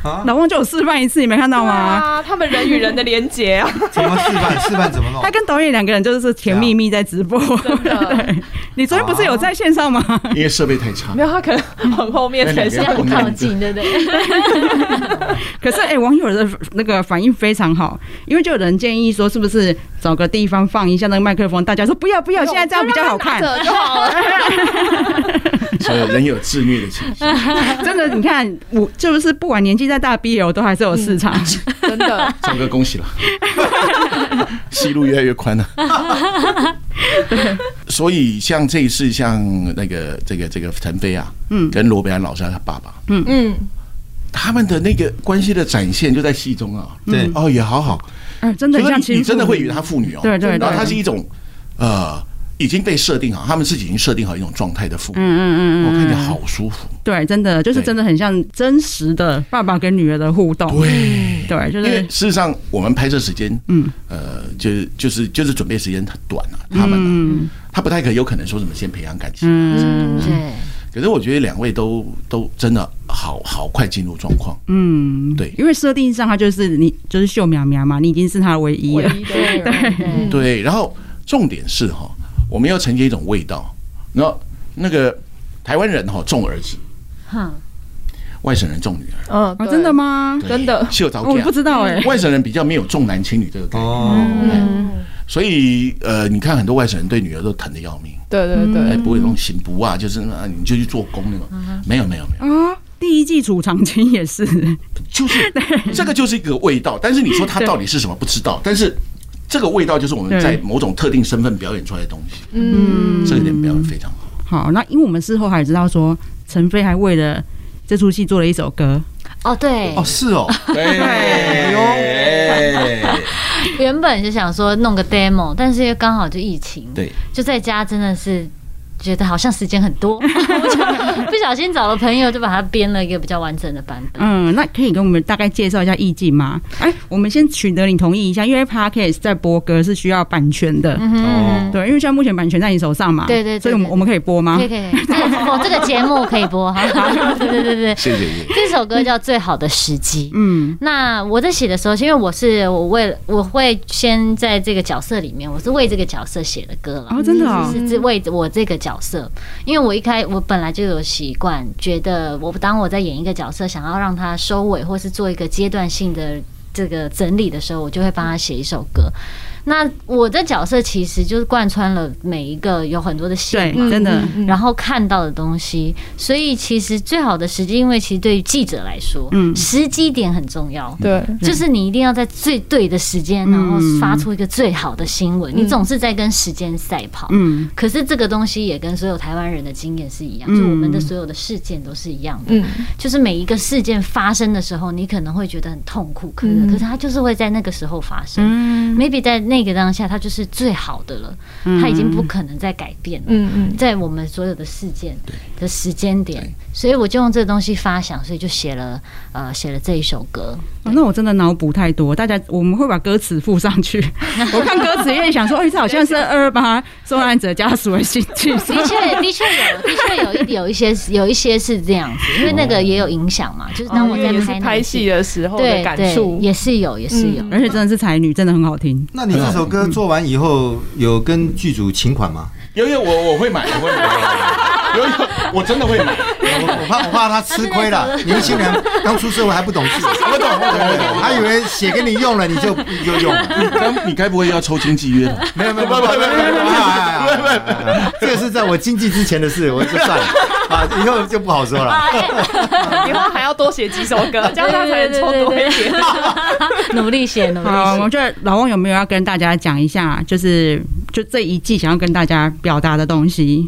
C: 啊，
A: 老汪就有示范一次，你没看到
B: 对
A: 吗？
B: 啊，他们人与人的连结啊，
C: 怎么示范？示范怎么弄
A: 他？跟导演两个人就是甜蜜蜜在直播。 <laughs> 对，你昨天不是有在线上吗？
E: 因为设备太差
B: 没，有他可能很后面才是
E: 那两个
D: 很 <laughs> 靠近，对不对？
A: 可是哎、网友的那个反应非常好，因为就有人建议说，是不是找个地方放一下那个麦克风？大家说不要不要，现在这样比较好看。
B: 就让他拿着就好了。
E: 所以人有自虐的情绪。
A: 真的，你看我就是不管年纪再大，BL 都还是有市场。
B: <laughs>
A: <laughs>
B: 真的，
E: 张哥恭喜了， <laughs> 戏路越来越宽了。所以像这一次，像那个这个这个陈飞啊，嗯，跟罗北安老师他爸爸，
B: 嗯，
E: 他们的那个关系的展现就在戏中啊。
C: 对
E: 哦，也好好，
A: 嗯、真的很
E: 所以
A: 像
E: 你
A: 亲
E: 你真的
A: 父
E: 会
A: 女
E: 以为她妇女哦，
A: 对对
E: 然后
A: 对
E: 她是一种呃已经被设定好，他们自己已经设定好一种状态的妇
A: 嗯
E: 女，
A: 嗯嗯
E: 我看
A: 嗯
E: 起来
A: 嗯，
E: 好舒服，
A: 对，真的就是
E: 对
A: 真的很像真实的爸爸跟女儿的互动。
E: 对。
A: 对，就
E: 因为
A: 是
E: 事实上，我们拍摄时间，
A: 嗯，
E: 呃，就是就是就是准备时间很短啊，他们、啊，
A: 嗯
E: 他不太可有可能说什么先培养感情，
A: 嗯
D: 对，
E: 可是我觉得两位都都真的好好快进入状况，
A: 嗯，
E: 对
A: 因为设定上他就是你就是秀苗苗嘛，你已经是他的唯一
B: 唯
A: 了。
B: 一的
D: 对
B: 人
D: 对对，
A: 嗯
E: 对，然后重点是哈，我们要承接一种味道，然后那个台湾人哈重儿子，
D: 哼，
E: 外省人重女儿，
B: 嗯
A: 啊，真的？吗？
E: 对啊
B: 真的
E: 是有早
A: 我不知道哎、
E: 外省人比较没有重男轻女这个概念，
C: 哦，
B: 嗯，
E: 所以呃，你看很多外省人对女儿都疼得要命，
B: 对对
E: 哎，
A: 嗯
B: 对，
E: 不会有那种行不啊，就是那你就去做工那种，没有没有没有，
A: 啊，第一季储藏金也是， <laughs>
E: 就是这个就是一个味道，但是你说它到底是什么不知道，但是这个味道就是我们在
A: 对
E: 某种特定身份表演出来的东西，
B: 嗯，
E: 这一点表演非常好。
A: 好，那因为我们事后还知道说，陈飞还为了这出戏做了一首歌，
D: 哦，对
C: 哦，，是哦，哎
E: 对，
D: 原本是想说弄个 demo，但是因为刚好就疫情，
E: 对，
D: 就在家真的是觉得好像时间很多， <laughs> 我就不小心找了朋友就把它编了一个比较完整的版本。
A: 嗯，那可以跟我们大概介绍一下意境吗？哎，我们先取得你同意一下，因为 podcast 在播歌是需要版权的，
D: 嗯哼
C: 哦
D: 嗯哼，
A: 对，因为现在目前版权在你手上嘛，
D: 对对
A: 所
D: 对
A: 以我们
D: 对
A: 我们可以播吗
D: 可以？可以，可以这个哦播这个节目可以播， <laughs> 好，对对对对。
E: 谢谢谢谢。
D: 这首歌叫《最好的时机》。
A: 嗯，
D: 那我在写的时候，因为我是我为了我会先在这个角色里面，我是为这个角色写的歌了。
A: 哦，真的哦，
D: 是是为我这个角色，因为我一开我本来就有习惯，觉得我当我在演一个角色，想要让它收尾或是做一个阶段性的这个整理的时候，我就会帮他写一首歌。那我的角色其实就是贯穿了每一个有很多的线
A: 对
D: 嘛，，
A: 真的，
D: 然后看到的东西，所以其实最好的时机，因为其实对于记者来说，
A: 嗯
D: 时机点很重要。
B: 对，
D: 就是你一定要在最对的时间，然后
A: 嗯
D: 发出一个最好的新闻。你总是在跟时间赛跑，
A: 嗯
D: 可是这个东西也跟所有台湾人的经验是一样，
A: 嗯
D: 就我们的所有的事件都是一样的。
B: 嗯，
D: 就是每一个事件发生的时候，你可能会觉得很痛苦，可是可是它就是会在那个时候发生。
A: 嗯
D: maybe 在那个当下，它就是最好的了，它已经不可能再改变了。
B: 嗯嗯，
D: 在我们所有的事件的时间点，所以我就用这个东西发想，所以就写了呃写了这一首歌。
A: 哦那我真的脑补太多，大家我们会把歌词附上去。 <laughs> 我看歌词也想说，哎，这好像是二二八受难者家属的心情。
D: <laughs> 的确，的确有，的确有一有一些有一些是这样子，因为那个也有影响嘛，就是当我
B: 哦因为
D: 在
B: 也是
D: 拍那
B: 拍
D: 个
B: 戏的时候的
D: 对
B: 感
D: 对，
B: 触，
D: 也是有，也是有。
A: 而且真的是才女，真的很好听。
C: 那你这首歌做完以后，有跟剧组请款吗？
E: 有有我我会买，我会买，有有我真的会买，
C: 我我怕我怕他吃亏了，你们新人刚出社会还不懂事，
E: 我懂我懂我懂。
C: 还以为写给你用了你就你就用了。
E: 你该你该不会要抽经纪约
C: <laughs>
E: 吧？
C: 没有没有没有没有没有没有没有，这个是在我经济之前的事，我就算了啊，以后就不好说
B: <laughs>
C: 了。
E: 哎
B: 以后还要多写几首歌， <laughs> 这样他才能抽多一点。
D: <laughs> 努力写，努力
A: 好，我
D: 写。
A: 觉得老王有没有要跟大家讲一下，就是就这一季想要跟大家表达的东西，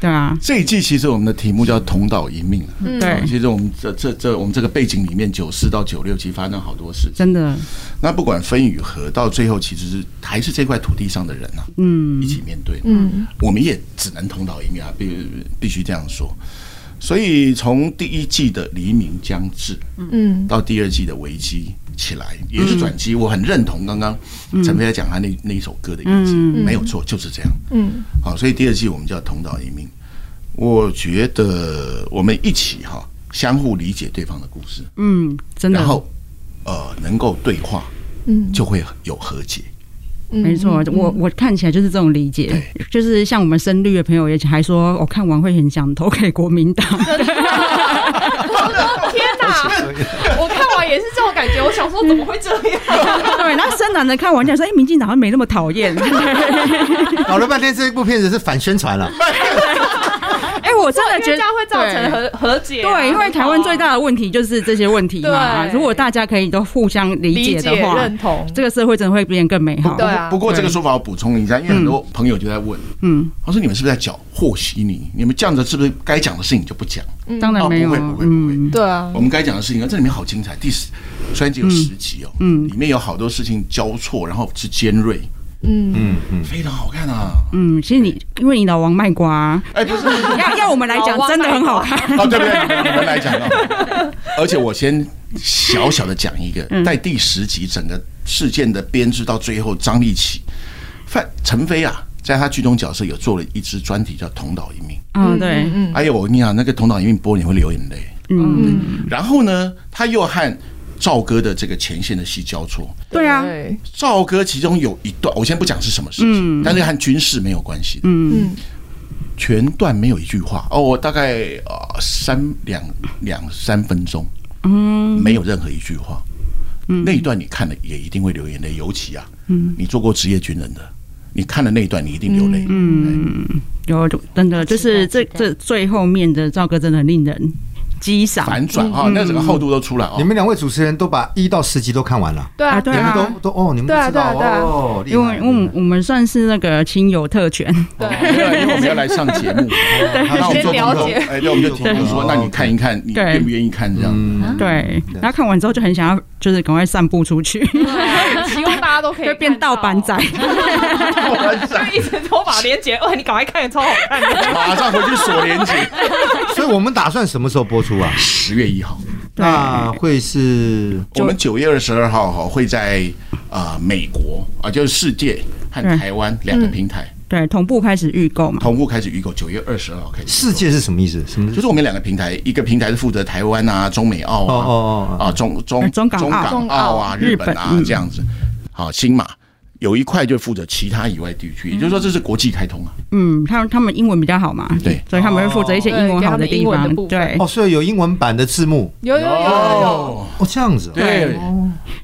A: 对啊，
E: 这一季其实我们的题目叫“同岛一命”
B: 嗯
E: 啊。
A: 对，
E: 其实我们这这这我们这个背景里面，九四到九六其实发生好多事情。
A: 真的，
E: 那不管分与合，到最后其实是还是这块土地上的人啊，
A: 嗯
E: 一起面对。嗯，我们也只能同岛一命啊，必必须这样说。所以从第一季的黎明将至，
B: 嗯
E: 到第二季的危机起来，也是转机。我很认同刚刚陈飞在讲他那那一首歌的意境，没有错，就是这样。
B: 嗯
E: 好，所以第二季我们叫同岛一命。我觉得我们一起哈、相互理解对方的故事，
A: 嗯，真的
E: 然，后呃能够对话，
B: 嗯，
E: 就会有和解。
B: 嗯
A: 没错，我我看起来就是这种理解，就是像我们深绿的朋友也还说，我看完会很想投给国民
B: <laughs>
A: 党，
B: <laughs> 天哪！我看完也是这种感觉，我想说怎么会这样？
A: 对，那深蓝的看完讲说，哎，民进党好像没那么讨
B: <laughs>
A: 厌，
C: 搞了半天，这部片子是反宣传了。
A: 哎，我真的
B: 因
A: 觉
B: 为
A: 得
B: 这样会造
A: 对
B: 成和和解啊。
A: 对，因为台湾最
B: 哦
A: 大的问题就是这些问题嘛。
B: 对
A: 如果大家可以都互相理
B: 理
A: 解的话，
B: 认同，
A: 这个社会真的会变得更美好。
B: 对啊
E: 不过这个说法我补充一下，因为很多朋友就在问，
A: 嗯，
E: 他说你们是不是在讲和稀泥？你们这样子是不是该讲的事情就不讲？
A: 嗯当然没有，
E: 哦不会不会
A: 嗯，
B: 对啊
E: 我，们该讲的事情啊，这里面好精彩。第十，虽然只有十集哦，嗯，里面有好多事情交错，然后是尖锐，
C: 嗯嗯，
E: 非常好看啊。
A: 嗯，其实你因为你老王卖瓜，
E: 哎，不是，不是
A: 要要我们来讲
B: 老，王
A: 真的很好看。
E: <laughs> 哦，对不对？
A: <laughs>
E: 你们来讲哦。而且我先小小的讲一个，
A: 嗯
E: 在第十集整个事件的编制到最后，张立奇、范陈飞啊，在他剧中角色有做了一支专题叫《同岛一命
A: 嗯，对，》。
E: 哎呦，我跟你讲，那个《同岛一命》播你会流眼泪。
A: 嗯，
E: 然后呢，他又和赵哥的这个前线的戏交错。
A: 对啊，
B: 对，
E: 赵哥其中有一段，我先不讲是什么事情，但是和军事没有关系的。
B: 嗯
E: 全段没有一句话哦，我大概呃三两两三分钟，嗯，没有任何一句话。那一段你看了也一定会流眼泪，尤其啊，嗯，你做过职业军人的，你看了那一段你一定流泪，嗯，
A: 有真的就是这
D: 期待
A: 这最后面的赵哥真的很令人机赏
E: 哎反转哈，那整个厚度都出来哦 <laughs>
C: 你。们两位主持人都把一到十集都看完了，
B: 对
A: 啊，
B: 啊，
A: 对
C: 你们
A: 啊，
C: 都都哦，你们
B: 对啊
C: 都知道
B: 对啊对啊
C: 哦，厉
A: 因
C: 害
A: 为我们我们算是那个亲友特权，
B: 对
E: 哦没有因为我们要来上节目，那我们
B: 先
E: 就
B: 了解
E: 哎，对，我们就提供说，那你看一看，你
A: 对
E: 愿不愿意看这样？
B: 啊
C: 嗯，
A: 对。然后看完之后就很想要，就是赶快散步出
B: <laughs>
A: 去，
B: 希望大家都可以
A: 就变
B: 看
A: 盗
B: 到
A: 版仔，。
B: 就一直都把连接，哦，你赶快看，超好看的。
E: 马上回去锁连接。
C: 所以我们打算什么时候播出啊？
E: 十月一号，
A: 对
C: 那会是
E: 我们九月二十二号哈会在啊美国啊，就是世界和嗯台湾两个平台
A: <laughs> 对，同步开始预购嘛，
E: 同步开始预购，九月二十二号开始。
C: 世界是什么意思？什么？
E: 就是我们两个平台，一个平台是负责台湾啊、中美澳
C: 哦
E: 啊、
C: 哦哦，
E: 啊，中中
A: 呃中港澳
E: 港澳
A: 中澳
E: 啊，日本啊
A: 日本嗯
E: 这样子。好，新马有一块就负责其他以外地区，也就是说这是国际开通啊。
A: 嗯，他们他们英文比较好嘛，
E: 对
A: 所以他们会负责一些英文好地
B: 哦对给他们英文
A: 方
B: 的，部分
A: 对
C: 哦，，所以有英文版的字幕
B: 有有有有有，
C: 哦，这样子哦。
E: 嗯对，啊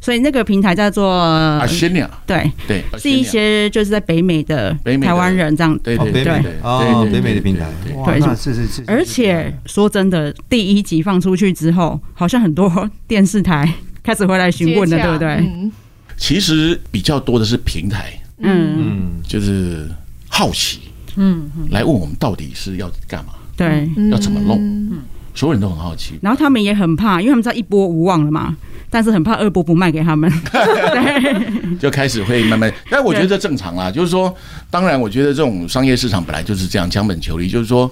A: 所以那个平台叫做
E: 阿西尼亚，
A: 对，
E: 对，
A: 是一些就是在北美的
E: 北美的
A: 台湾人这样。
E: 对
C: 哦，
E: 对
C: 北
E: 对
C: 美
E: 对
C: 的哦，
E: 对
C: 北美的平台
E: 对，
C: 哇，
A: 对
C: 那是是是，
A: 而且说真的，第一集放出去之后，好像很多电视台开始会来询问了，
B: 接洽
A: 对不对？
B: 嗯
E: 其实比较多的是平台，
A: 嗯，
C: 嗯，
E: 就是好奇，
D: 嗯，
E: 来问我们到底是要干嘛，
A: 对。
B: 嗯
E: 要怎么弄，所有人都很好奇。
A: 然后他们也很怕，因为他们知道一波无望了嘛，但是很怕二波不卖给他
B: <laughs>
A: 们。
E: 就开始会慢慢，但我觉得这正常啦。就是说，当然，我觉得这种商业市场本来就是这样，将本求利，就是说，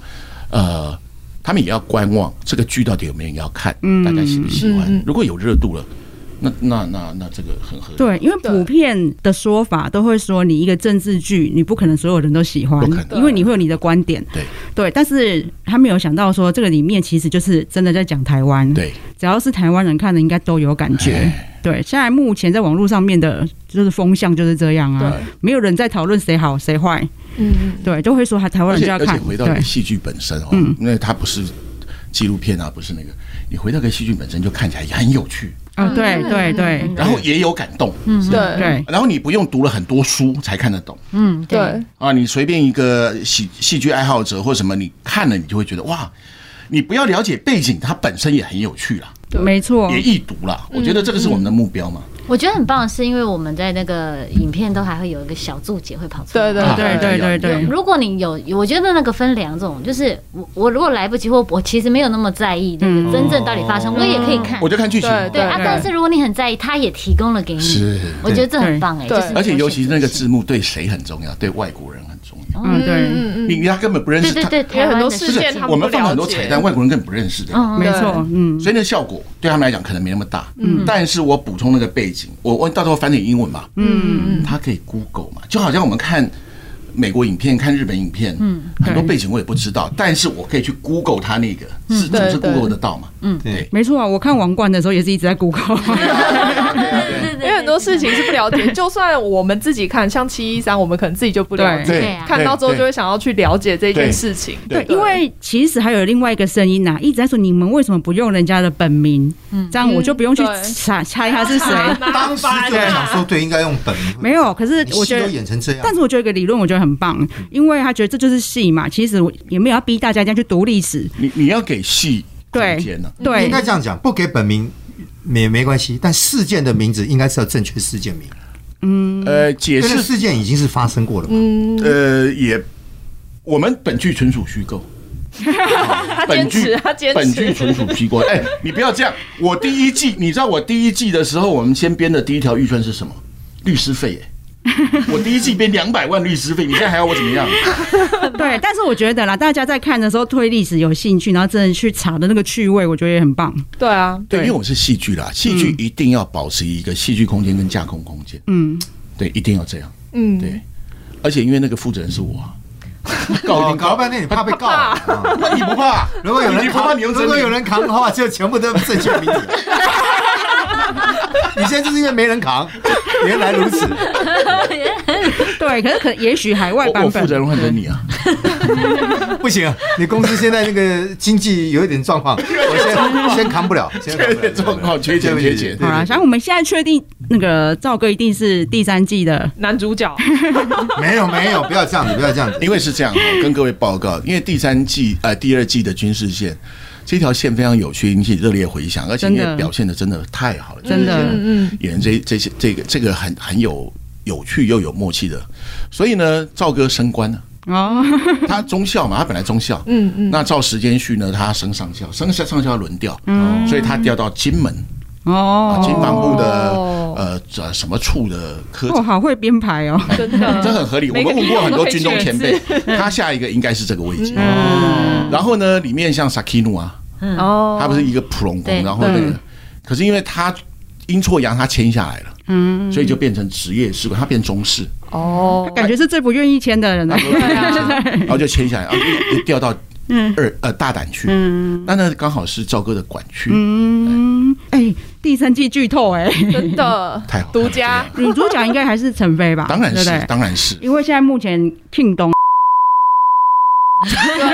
E: 呃，他们也要观望这个剧到底有没有人要看，大家喜不喜欢
B: 嗯。
E: 如果有热度了，那那那那这个很合理，
A: 对，因为普遍的说法都会说，你一个政治剧，你不可能所有人都喜欢
E: 不可，能
A: 因为你会有你的观点。
E: 对
A: 对，但是他没有想到说，这个里面其实就是真的在讲台湾。，
E: 对
A: 只要是台湾人看的，应该都有感觉。
E: 哎
A: 对，现在目前在网络上面的就是风向就是这样啊，没有人在讨论谁好谁坏，
B: 嗯，
A: 对，都会说台湾
E: 而
A: 人就
E: 且
A: 要
E: 而
A: 看
E: 且，回到
A: 对
E: 你戏剧本身哦
A: 嗯，
E: 因为它不是纪录片啊，不是那个，你回到个戏剧本身就看起来也很有趣，
B: 哦
A: 啊，对对对
E: 然后也有感动，
B: 对
A: 对，
E: 然后你不用读了很多书才看得懂。
D: 嗯，对，
B: 对，
E: 啊，你随便一个喜戏剧爱好者或什么，你看了你就会觉得哇，你不要了解背景，它本身也很有趣啦，
B: 对
A: 没错
E: 也，易读啦。我觉得这个是我们的目标嘛。
D: 我觉得很棒，的是因为我们在那个影片都还会有一个小注解会跑出来。
B: 对对
E: 啊
A: 对对对对，
D: 如果你有，我觉得那个分两种，就是我我如果来不及或我其实没有那么在意那
A: 嗯
D: 个真正到底发生，我也可以看
E: 我。就看剧情，
D: 对啊，
B: 对
D: 但是如果你很在意，他也提供了给你，
E: 是，
D: 我觉得这很棒哎。
B: 对
D: 就是
E: 而且尤其是那个
D: 字，
E: 字幕对谁很重要，对外国人很重要。
A: 嗯对，
B: 嗯嗯
E: 你他根本不认
D: 对
E: 识，
D: 对
E: 他
D: 对，台湾
B: 因为很多
D: 的
B: 事
E: 不是
B: 件他们
E: 我们放了很多
B: 不了解
E: 彩蛋，外国人根本不认识的。
D: 嗯
A: 没错，嗯，
E: 所以那效果对他们来讲可能没那么大，嗯，但是我补充那个背景，我我到时候翻点英文嘛，嗯，他可以 Google 嘛，就好像我们看美国影片、看日本影片，嗯，很多背景我也不知道，但是我可以去 Google 他那个，是总是
B: 嗯对对
E: Google 得到嘛，嗯，对，
A: 没错啊，我看王冠的时候也是一直在
B: <laughs>
A: Google，
D: 对对
B: 因为很多事情是不了解，就算我们自己看，像七一三，我们可能自己就不了解，
E: 对
D: 对啊
B: 看到之后就
E: 对
B: 会想要去了解这件事情。
E: 对
A: 因为其实还有另外一个声音呐、啊一直在说你们为什么不用人家的本名？这样我就不用去
B: 嗯对
A: 猜猜他是谁。
B: <laughs>
C: 当时就想说，对，应该用本名，
A: 没有，可是
C: 你
A: 我
C: 戏
A: 觉
C: 都
A: 得
C: 演成这样，
A: 但是我觉得有个理论，我觉得很
E: 嗯
A: 棒，因为他觉得这就是戏嘛。其实我也没有要逼大家这样去读历史，
E: 你你要给戏
A: 对
E: 空间呢，
A: 对
C: 应该这样讲，不给本名也没关系，但事件的名字应该是要正确事件名，
E: 呃，解
C: 因为那
E: 释
C: 事件已经是发生过了嘛。
E: 呃也，我们本剧纯属虚构，
B: 他坚
E: 本剧
B: 持，他坚
E: 本剧
B: 持，
E: 纯属
B: <laughs>
E: 虚构，哎，你不要这样，我第一季，你知道我第一季的时候，我们先编的第一条预算是什么？律师费，
B: <laughs>
E: 哎，我第一季编两百万律师费，你现在还要我怎么样？
A: 对。但是我觉得啦，大家在看的时候对历史有兴趣，然后真的去查的那个趣味，我觉得也很棒。
B: 对啊，
E: 对，因为我是戏剧
A: 嗯
E: 啦，戏剧一定要保持一个戏剧空间跟架空空间，
A: 嗯，
E: 对，一定要这样，
B: 嗯，
E: 对，而且因为那个负责人是我啊，
C: 搞
E: 告
C: 搞了半天，你怕被告啊？啊
E: 你不 <laughs> 怕？
C: 如果有
E: 你
C: 人
E: 不怕，
C: 扛，
E: 你用真
C: 如果
E: 理
C: 有人扛的话，就全部都正确名字。你现在就是因为没人扛，原来如此。
E: <laughs>
A: 对。可是可也许海外
E: 我
A: 版
E: 我负责
A: 本，
E: 人换成你啊，
A: <laughs>
E: <laughs>
C: 不行，啊你公司现在那个经济有一点状况，我先先扛不了，先扛不
E: 有
C: 了
E: 点状况，缺钱缺钱。
A: 好啦，想我们现在确定那个赵哥一定是第三季的，
B: 男主角，
C: 没有没有，不要
E: 啊
C: 这样子，不要这样子。
E: 因为是这样，跟各位报告，因为第三季呃第二季的军事线，这条线非常有趣，引起热烈回响，而且
A: 真
E: 因
A: 的
E: 为表现的真的太好了，
A: 真的
B: 嗯嗯，
E: 演员这这些这个这个很很有有趣又有默契的，所以呢，赵哥升官了，
A: 哦， <laughs>
E: 他中校嘛，他本来中校，
B: 嗯嗯，
E: 那照时间序呢，他升上校，升上上校轮调，
B: 嗯
E: 所以他调到金门啊，金
A: 哦，
E: 防部的
B: 哦
E: 呃这什么处的科
A: 哦，
E: 长。
A: 好会编排哦，
B: 真的，
E: 这很合理。我
B: 每
E: 们
B: 个
E: 问过很多军中
B: 地
E: 前
B: 方都可以
E: 辈，他下一个应该是这个位置。
A: 嗯，
E: 然后呢，里面像 Sakino 啊，
B: 哦，
E: 他不是一个普龙
D: 对
E: 宫，然后那个
A: 嗯，
E: 可是因为他阴错阳差签下来了，
A: 嗯，
E: 所以就变成职业士官，他变
B: <laughs>
E: 中士，
B: 哦，
A: 感觉是最不愿意签的人哦了，
B: 啊
E: 然后就签下来，然后就调到
B: 嗯
E: 二呃大胆去。
A: 嗯
E: 那那刚好是赵哥的管区，
A: 嗯，哎，第三季剧透哎，
B: 真 <laughs>
E: <laughs>
B: 的
E: 太好了，
B: 独家
A: 女主角应该还是陈飞吧？
E: 当然
A: 对不
E: 是
A: 对？
E: 当
A: <laughs>
E: 然是，
A: 因为现在目前庆东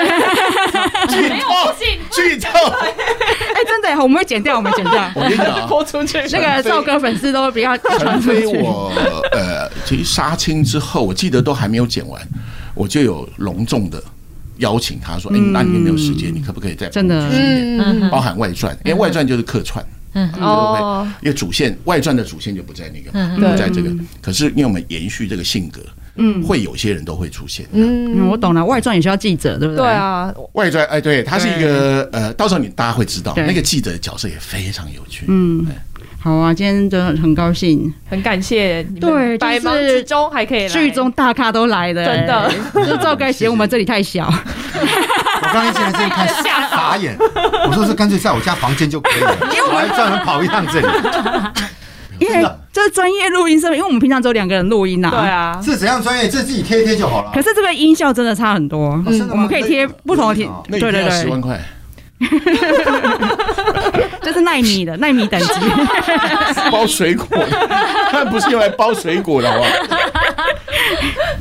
E: 剧透剧透，
A: 哎，真的耶，我们会剪掉，我们剪掉。
E: 我跟你讲啊。
B: 播出去，
A: <laughs> 那个赵哥粉丝都不要传
E: <laughs> 陈 <laughs>
A: 出
E: 飞
A: 去。
E: 我，呃，其实杀青之后，我记得都还没有剪完，我就有隆重的邀请他说：“哎、
A: 嗯
E: 那你有没有时间？你可不可以再
A: 真的
E: 帮我们训练
B: 嗯，
E: 包含外传，因为外传就是客串，
B: 哦，
E: 因为主线外传的主线就不在那个嘛，
D: 嗯
E: 不
B: 对
E: 在这个。可是因为我们延续这个性格，
A: 嗯
E: 会有些人都会出现。
A: 嗯，
B: 嗯，
A: 我懂了，外传也需要记者，对不
B: 对
A: 对？，
B: 啊，
E: 外传，哎，对，他是一个呃，到时候你大家会知道，
A: 对
E: 那个记者的角色也非常有趣。
A: 嗯，好啊，今天真的很高兴，
B: 很感谢你
A: 对就
B: 们，百
A: 是
B: 忙之中还可以来
A: 剧中大咖都来了，
B: 真 <laughs> 的，
A: 就是赵哥嫌我们这里太小，
C: 我刚才进来这里看傻眼，我说是干脆在我家房间就可以了，我还专门跑一趟这里，
A: 因为这是专业录音设备，因为我们平常只有两个人录音呐，
B: 对。啊， <laughs>
C: 是怎样专业？这自己贴一贴就好了。
A: 可是这个音效真的差很多，
E: 哦
C: 真的吗
A: 我们可以贴不同的贴
C: 那，
E: 那
A: 对
E: 一定
A: 对
E: 要十万
A: 对，
E: 块，
A: 就是纳米的纳米等级，
E: <laughs> 包水果，那不是用来包水果的，好不好？，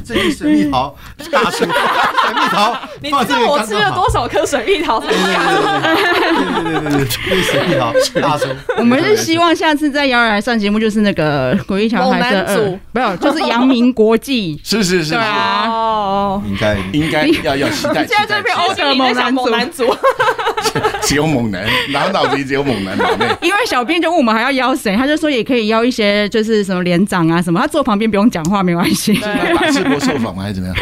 C: 这是水蜜桃大树，水蜜桃
B: 你
C: 放
B: 知
C: 这里
B: 道我
C: 刚
B: 吃了
C: 刚好
B: 多少颗水蜜桃才
C: 对对对对对对对对对，水蜜桃
B: 啊
C: 大叔，
A: 我们是希望下次在姚然上节目，就是那个国际桥牌社
B: 猛男组
A: 二，没有，就是阳明国际
E: 是是是
A: 对，啊，
B: 哦，
C: 应该
E: 应该要要期
A: <laughs>
E: 待，期
B: 现在哦
E: 待
B: 这边欧
A: 心里在想猛
B: 猛
A: 男
B: 男 <laughs> 组，
E: <laughs> 只有猛男，然后脑子里只有猛
A: <laughs>
E: 男脑内，
A: 因为小编就问我们还要邀谁，他就说也可以邀一些就是什么连长啊什么，他坐旁边不用讲话没关系。
B: 对
E: 那打世博受访吗？还是怎么样？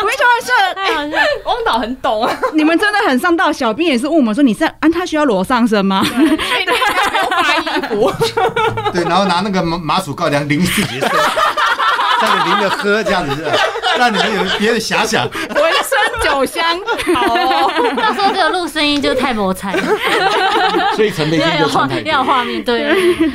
A: 国际桥
D: 太好笑了，
B: 汪导很懂啊，
A: <laughs> 社，你们真的很上道。小编也是问我们说，你是啊，他需要裸上身吗？
B: 所以你应该不用发衣服，
C: 对，然后拿那个麻麻薯高粱淋自己的身，这样子淋着喝，这样子是吧让你们有别的遐想。
A: 浑身酒香，
B: 好哦，
D: 到时候这个录声音就太磨彩了，
E: 所以陈佩金
D: 要
E: 就
D: 有画
E: 穿太
D: 要有
E: 多，
D: 画面，对，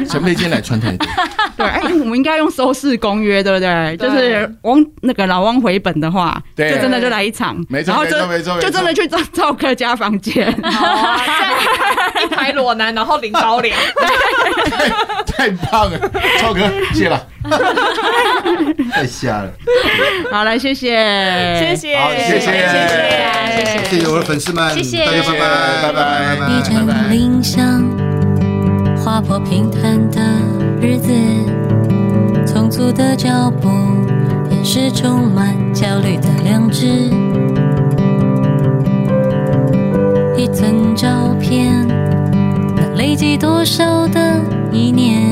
E: 陈佩金来穿太
A: <laughs>
E: 多，
A: <laughs> 对，哎，我们应该用收视公约，对不对？
B: 对
A: 就是汪那个老汪回本的话，就
E: 对
A: 真的就来一场，
E: 没错
A: 然后
E: 没错
A: 就
E: 没错没错
A: 就真的 <laughs> 去赵赵哥家房间，
B: 好 <laughs> 啊，这样一排裸男，然后零高粱，
E: 太棒了，超哥谢了。
C: 太
B: <laughs>
C: 瞎了！
A: 好，来谢谢，
B: 谢谢
C: 好，谢谢
B: 谢谢，
C: 谢谢我的粉丝们，
D: 谢谢
C: 大家拜拜，拜拜，拜
E: 一
C: 拜
F: 一。阵铃响，划破平坦的日子，匆促的脚步掩饰充满焦虑的良知。一寸照片，能累积多少的一念？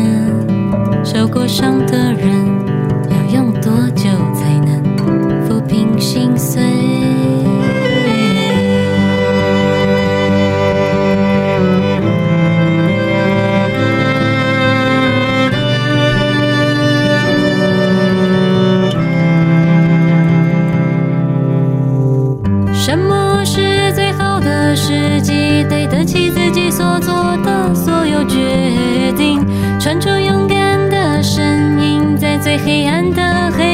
F: 受过伤的人，要用多久才能抚平心碎？什么是最好的时机？对得起自己所做的所有决定，传出勇敢的声音，在最黑暗的黑